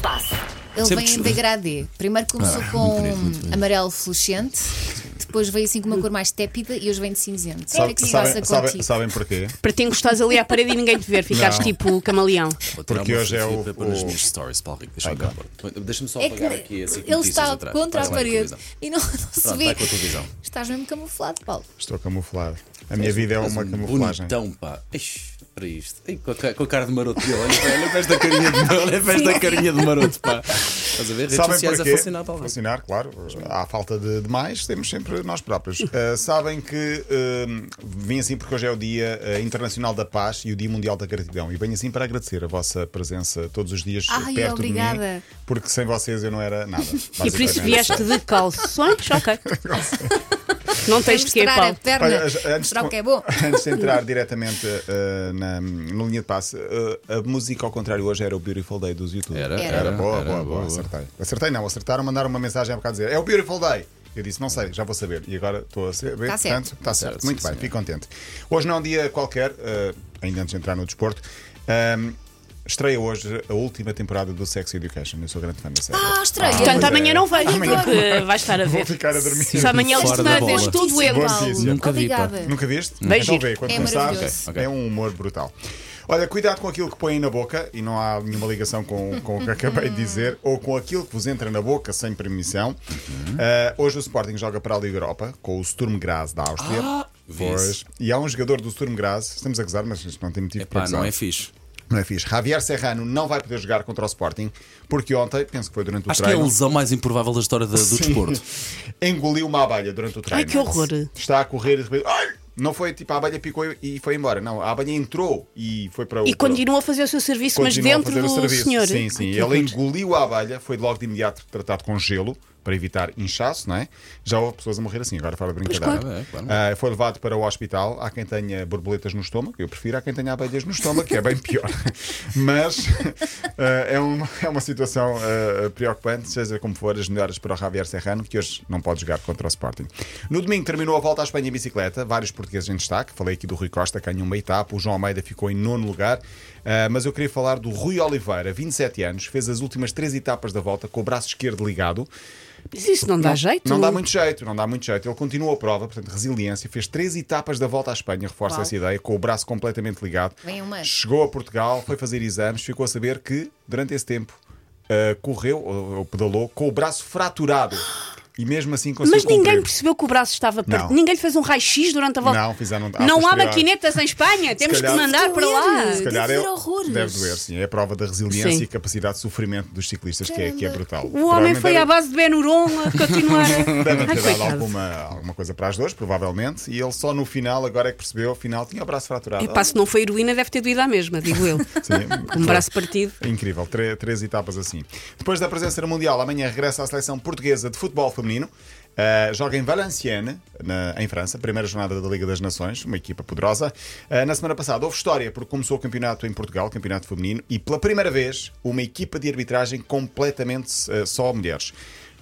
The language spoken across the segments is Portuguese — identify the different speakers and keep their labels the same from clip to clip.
Speaker 1: passa.
Speaker 2: Ele vem
Speaker 3: Sempre que-
Speaker 2: em degradê. Primeiro começou
Speaker 3: Ah,
Speaker 2: com
Speaker 3: muito bonito, muito bonito.
Speaker 2: amarelo fluorescente, depois veio assim com uma cor mais tépida e hoje vem de cinzento. O que é
Speaker 4: Sabe-
Speaker 2: que se passa
Speaker 4: sabem, sabem,
Speaker 2: contigo?
Speaker 4: sabem porquê?
Speaker 1: Para ti encostares ali à parede e ninguém te ver, ficares
Speaker 4: Não.
Speaker 1: tipo camaleão.
Speaker 3: Vou tirar
Speaker 4: Porque
Speaker 3: uma
Speaker 4: hoje é
Speaker 3: fotografia
Speaker 4: o-
Speaker 3: para pôr nas
Speaker 4: o-
Speaker 3: minhas stories, Paulo Rico. Deixa-me cá. Deixa-me só
Speaker 2: É
Speaker 3: apagar aqui
Speaker 2: que
Speaker 3: assim,
Speaker 2: ele está contra a parede
Speaker 3: Pronto,
Speaker 2: e não, não se vê.
Speaker 3: vai com a televisão.
Speaker 2: Estás mesmo camuflado, Paulo.
Speaker 4: Estou camuflado. A minha vida é
Speaker 3: Mas
Speaker 4: uma
Speaker 3: um
Speaker 4: camuflagem.
Speaker 3: Bonitão, pá. Ixi, para isto. Ei, com, a, ca- com a cara de maroto dele. Olha, para- olha para esta carinha de maroto. Olha para esta carinha de maroto, pá. Estás a ver? Redes
Speaker 4: Sabem
Speaker 3: sociais
Speaker 4: porquê?
Speaker 3: a funcionar, Paulo Rico.
Speaker 4: Fascinar, claro. Há falta de, de mais, temos sempre nós próprios. Ah, sabem que hum, vim assim porque hoje é o Dia ah, Internacional da Paz e o Dia Mundial da Gratidão. E venho assim para agradecer a vossa presença todos os dias
Speaker 2: Ai,
Speaker 4: perto de
Speaker 2: obrigada.
Speaker 4: mim. Porque sem vocês eu não era nada.
Speaker 1: E por isso
Speaker 4: basicamente.
Speaker 1: vieste de calções? Ok. Não
Speaker 2: Para
Speaker 1: tens de quê,
Speaker 2: mostrar a
Speaker 1: Paulo?
Speaker 2: perna,
Speaker 4: Olha, antes-
Speaker 2: mostrar o que é bom.
Speaker 4: Antes de entrar diretamente eh, na, na linha de passe, eh, a música ao contrário hoje era o Beautiful Day dos YouTube.
Speaker 3: Era,
Speaker 2: Era.
Speaker 3: era,
Speaker 4: boa,
Speaker 3: era,
Speaker 4: boa, boa,
Speaker 3: boa.
Speaker 4: acertei. Acertei, não, acertaram, mandaram uma mensagem há bocado dizer é o Beautiful Day. Eu disse, não sei, já vou saber. E agora estou a saber.
Speaker 2: Tá certo.
Speaker 4: portanto, Está certo.
Speaker 3: certo,
Speaker 4: Muito
Speaker 3: sim,
Speaker 4: bem,
Speaker 3: senhor.
Speaker 4: fico contente. Hoje não é um dia qualquer, eh, ainda antes de entrar no desporto. ehm, Estreia hoje a última temporada do Sex Education. Eu sou grande fã da série.
Speaker 2: Ah, estranha.
Speaker 1: Portanto,
Speaker 4: é.
Speaker 1: amanhã não vais,
Speaker 4: Amanhã.
Speaker 1: porque vais estar a ver.
Speaker 4: Vou
Speaker 2: Ah!
Speaker 4: ficar a dormir.
Speaker 1: Se amanhã eles
Speaker 3: Fora
Speaker 1: te
Speaker 3: da
Speaker 1: vão ver
Speaker 3: bola.
Speaker 1: tudo é
Speaker 4: Boa
Speaker 1: Paulo.
Speaker 4: notícia.
Speaker 3: Nunca vi, pá.
Speaker 2: Obrigada.
Speaker 4: Nunca viste?
Speaker 3: Não.
Speaker 4: Então
Speaker 3: Giro.
Speaker 4: vê, quando
Speaker 2: É
Speaker 4: começares,
Speaker 2: maravilhoso.
Speaker 3: Ok, ok.
Speaker 4: é um humor brutal. Olha, cuidado com aquilo que põem na boca, e não há nenhuma ligação com, com o que acabei de dizer, ou com aquilo que vos entra na boca sem permissão.
Speaker 3: Uhum.
Speaker 4: Ah, hoje o Sporting joga para a Liga Europa com o Sturm Graz da Áustria.
Speaker 3: Ah,
Speaker 2: Ah!
Speaker 3: vi
Speaker 4: pois.
Speaker 3: isso.
Speaker 4: E há um jogador do Sturm Graz, estamos a gozar, mas isto não tem motivo para
Speaker 3: Pá,
Speaker 4: gozar.
Speaker 3: não é fixe.
Speaker 4: Não é fixe. Javier Serrano não vai poder jogar contra o Sporting, porque ontem, penso que foi durante o
Speaker 3: Acho que é a
Speaker 4: treino,
Speaker 3: lesão mais improvável da história da- do desporto.
Speaker 4: engoliu uma abelha durante o treino.
Speaker 1: Ai, que horror.
Speaker 4: Está a correr e de repente. Ai! Não foi tipo a abelha picou e foi embora. Não, a abelha entrou e foi para o.
Speaker 1: E continua a fazer o seu serviço, mas
Speaker 4: Continua a
Speaker 1: dentro
Speaker 4: fazer o
Speaker 1: do
Speaker 4: serviço.
Speaker 1: senhor.
Speaker 4: Sim, sim.
Speaker 1: Ai, que
Speaker 4: Ele é
Speaker 1: horror.
Speaker 4: engoliu a abelha, foi logo de imediato tratado com gelo para evitar inchaço, não é? Já houve pessoas a morrer assim, agora fora de brincadeira.
Speaker 3: claro. É, claro.
Speaker 4: Ah, foi levado para o hospital. Há quem tenha borboletas no estômago, eu prefiro há quem tenha abelhas no estômago, que é bem pior. Mas ah, é, uma, é uma situação ah, preocupante, seja como for, as melhoras para o Javier Serrano, que hoje não pode jogar contra o Sporting. No domingo terminou a volta à Espanha em bicicleta, vários portugueses em destaque. Falei aqui do Rui Costa, que ganhou uma etapa, o João Almeida ficou em nono lugar. Ah, mas eu queria falar do Rui Oliveira, 27 anos, fez as últimas três etapas da volta com o braço esquerdo ligado.
Speaker 1: Mas isso não dá jeito.
Speaker 4: Não dá muito jeito, não dá muito jeito. Ele continuou a prova, portanto, resiliência, fez três etapas da volta à Espanha, reforça
Speaker 2: Uau.
Speaker 4: essa ideia, com o braço completamente ligado.
Speaker 2: Vem um ano.
Speaker 4: Chegou a Portugal, foi fazer exames, ficou a saber que, durante esse tempo, ah, correu ou, ou pedalou com o braço fraturado. E mesmo assim conseguiu
Speaker 1: Mas ninguém
Speaker 4: cumprir.
Speaker 1: percebeu que o braço estava perto.
Speaker 4: Não.
Speaker 1: Ninguém lhe fez um raio-x durante a volta.
Speaker 4: Não, fizeram- ah,
Speaker 1: Não há
Speaker 4: posterior.
Speaker 1: maquinetas em Espanha. Temos
Speaker 4: calhar-
Speaker 1: que mandar para lá.
Speaker 2: Se
Speaker 4: Se calhar
Speaker 2: Deve
Speaker 4: é-
Speaker 2: doer horrores.
Speaker 4: deve doer, sim. É a prova da resiliência
Speaker 1: Sim.
Speaker 4: e capacidade de sofrimento dos ciclistas, que é, que é
Speaker 2: Caramba.
Speaker 4: brutal.
Speaker 1: O homem foi à base de Benuron a continuar.
Speaker 4: Devem
Speaker 1: Ai,
Speaker 4: ter dado
Speaker 1: coitado.
Speaker 4: alguma, alguma coisa para as duas, provavelmente, e ele só no final, agora é que percebeu, afinal tinha o braço fraturado.
Speaker 1: Epá, se não foi heroína, deve ter doído à mesma, digo eu.
Speaker 4: Sim,
Speaker 1: Com o braço partido.
Speaker 4: É Incrível, tre- três etapas assim. Depois da presença no Mundial, amanhã regressa à seleção portuguesa de futebol feminino. Uh, joga em Valenciennes, na- em França, primeira jornada da Liga das Nações, uma equipa poderosa. Uh, na semana passada houve história, porque começou o campeonato em Portugal, campeonato feminino, e pela primeira vez uma equipa de arbitragem completamente uh, só mulheres.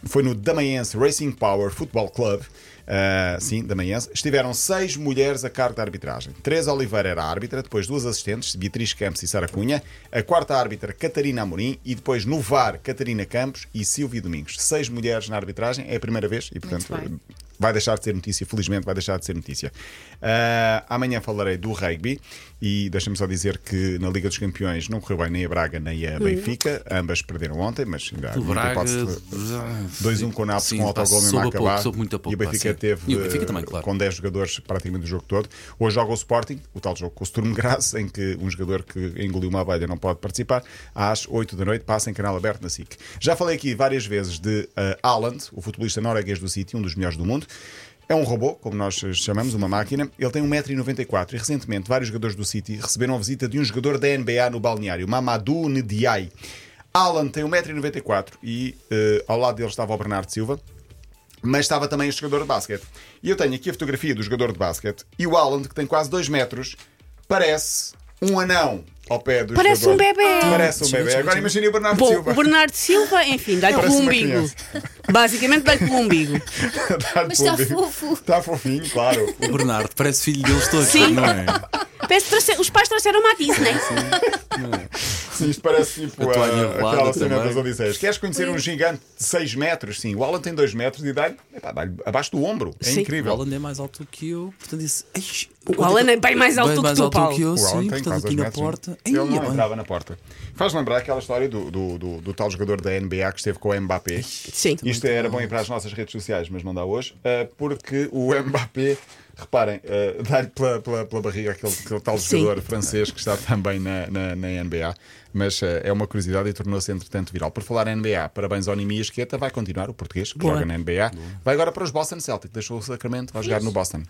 Speaker 4: Foi no Damaense Racing Power Football Club, uh, sim, Damaense. Estiveram seis mulheres a cargo da arbitragem. Teresa Oliveira era a árbitra, depois duas assistentes, Beatriz Campos e Sara Cunha. A quarta árbitra, Catarina Amorim. E depois no VAR, Catarina Campos e Silvia Domingos. Seis mulheres na arbitragem, é a primeira vez e, portanto,
Speaker 2: Muito bem.
Speaker 4: vai deixar de ser notícia, felizmente vai deixar de ser notícia. Ah, amanhã falarei do rugby e deixa-me só dizer que na Liga dos Campeões não correu bem nem a Braga nem
Speaker 2: Uhum.
Speaker 4: a Benfica, ambas perderam ontem, mas ainda há
Speaker 3: O
Speaker 4: muita
Speaker 3: Braga.
Speaker 4: hipótese de- 2-1 com o Nápoles
Speaker 3: Sim,
Speaker 4: com o
Speaker 3: pá,
Speaker 4: autogol mesmo
Speaker 3: soube
Speaker 4: a
Speaker 3: a pouco,
Speaker 4: acabar.
Speaker 3: soube muito a pouco,
Speaker 4: e o
Speaker 3: pá,
Speaker 4: Benfica
Speaker 3: sim.
Speaker 4: teve
Speaker 3: E o Benfica
Speaker 4: eh,
Speaker 3: também, claro.
Speaker 4: com 10 jogadores praticamente o jogo todo. Hoje joga o Sporting, o tal jogo com o Sturm Graz, em que um jogador que engoliu uma abelha não pode participar. Às 8 da noite passa em canal aberto na SIC. Já falei aqui várias vezes de eh, Haaland, o futebolista norueguês do City, um dos melhores do mundo. É um robô, como nós eh, chamamos, uma máquina. Ele tem 1,94m e recentemente vários jogadores do City receberam a visita de um jogador da NBA no balneário, Mamadou Ndiaye. Alan tem 1,94m e eh, ao lado dele estava o Bernardo Silva, mas estava também o jogador de basquete. E eu tenho aqui a fotografia do jogador de basquete e o Alan, que tem quase 2 metros, parece um anão ao pé do
Speaker 1: Parece
Speaker 4: jogador.
Speaker 1: um bebé.
Speaker 4: é Parece um bebê. Agora imaginem o Bernardo
Speaker 1: Bom,
Speaker 4: Silva.
Speaker 1: o Bernardo Silva, enfim, dá-lhe
Speaker 4: Parece
Speaker 1: pelo
Speaker 4: uma
Speaker 1: umbigo. Basicamente, dá-lhe pelo umbigo.
Speaker 4: Bernardo
Speaker 2: Mas está
Speaker 4: Silva.
Speaker 2: fofo.
Speaker 4: Está fofinho, claro.
Speaker 3: O Bernardo parece filho deles todos,
Speaker 1: Sim.
Speaker 3: não é?
Speaker 1: Parece que trouxe- os pais trouxeram-me à Disney.
Speaker 4: Sim, isto parece tipo
Speaker 3: A
Speaker 4: a,
Speaker 3: toalha enrolada
Speaker 4: aquela cena
Speaker 3: também.
Speaker 4: das Odisseias. Queres conhecer um gigante de 6 metros? Sim, o Alan tem 2 metros e dá-lhe epá, dá-lhe abaixo do ombro. É
Speaker 1: Sim.
Speaker 3: O
Speaker 4: incrível.
Speaker 3: Alan é mais alto que eu, portanto disse. "Eish,
Speaker 1: O Alan é bem mais alto
Speaker 3: bem
Speaker 1: que
Speaker 3: mais
Speaker 1: tu,
Speaker 3: alto
Speaker 1: Paulo."
Speaker 3: que eu,
Speaker 4: O Alan
Speaker 3: sim,
Speaker 4: tem
Speaker 3: portanto
Speaker 4: quase
Speaker 3: aqui
Speaker 4: 2
Speaker 3: na
Speaker 4: metros.
Speaker 3: porta.
Speaker 4: Ele
Speaker 3: Ei,
Speaker 4: não
Speaker 3: olha,
Speaker 4: entrava na porta. Faz lembrar aquela história do, do, do, do tal jogador da NBA que esteve com o Mbappé.
Speaker 1: Sim.
Speaker 4: Isto era bom ir para as nossas redes sociais, mas não dá hoje, eh, porque o Mbappé, reparem, eh, dá-lhe pela, pela, pela barriga aquele, aquele tal
Speaker 1: Sim.
Speaker 4: jogador francês que está também na, na, na NBA, mas eh, é uma curiosidade e tornou-se entretanto viral. Por falar em NBA, parabéns ao Nimi Esqueta, vai continuar o português que
Speaker 1: Boa.
Speaker 4: joga na NBA, vai agora para os Boston Celtic, deixou o Sacramento, vai jogar no Boston.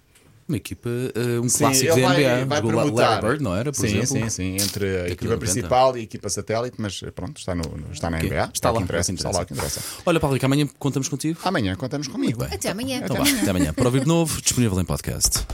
Speaker 3: Uma equipa, eh, um
Speaker 4: Sim,
Speaker 3: clássico
Speaker 4: ele
Speaker 3: da
Speaker 4: vai-
Speaker 3: NBA.
Speaker 4: vai
Speaker 3: Jogou
Speaker 4: permutar.
Speaker 3: Larry Bird, não era? Por
Speaker 4: sim,
Speaker 3: exemplo.
Speaker 4: sim, sim, entre a equipa
Speaker 3: 90.
Speaker 4: principal e a equipa satélite, mas eh, pronto, está, no, no- está
Speaker 3: é
Speaker 4: na
Speaker 3: Ok.
Speaker 4: NBA,
Speaker 3: Está
Speaker 4: é o
Speaker 3: lá,
Speaker 4: que
Speaker 3: é
Speaker 4: interessa,
Speaker 3: o que
Speaker 4: está lá o que interessa.
Speaker 3: Olha, Paulo, Rico, amanhã contamos contigo.
Speaker 4: Amanhã contamos comigo.
Speaker 2: Até amanhã.
Speaker 3: Então vá, até amanhã. Para ouvir de novo, disponível em podcast.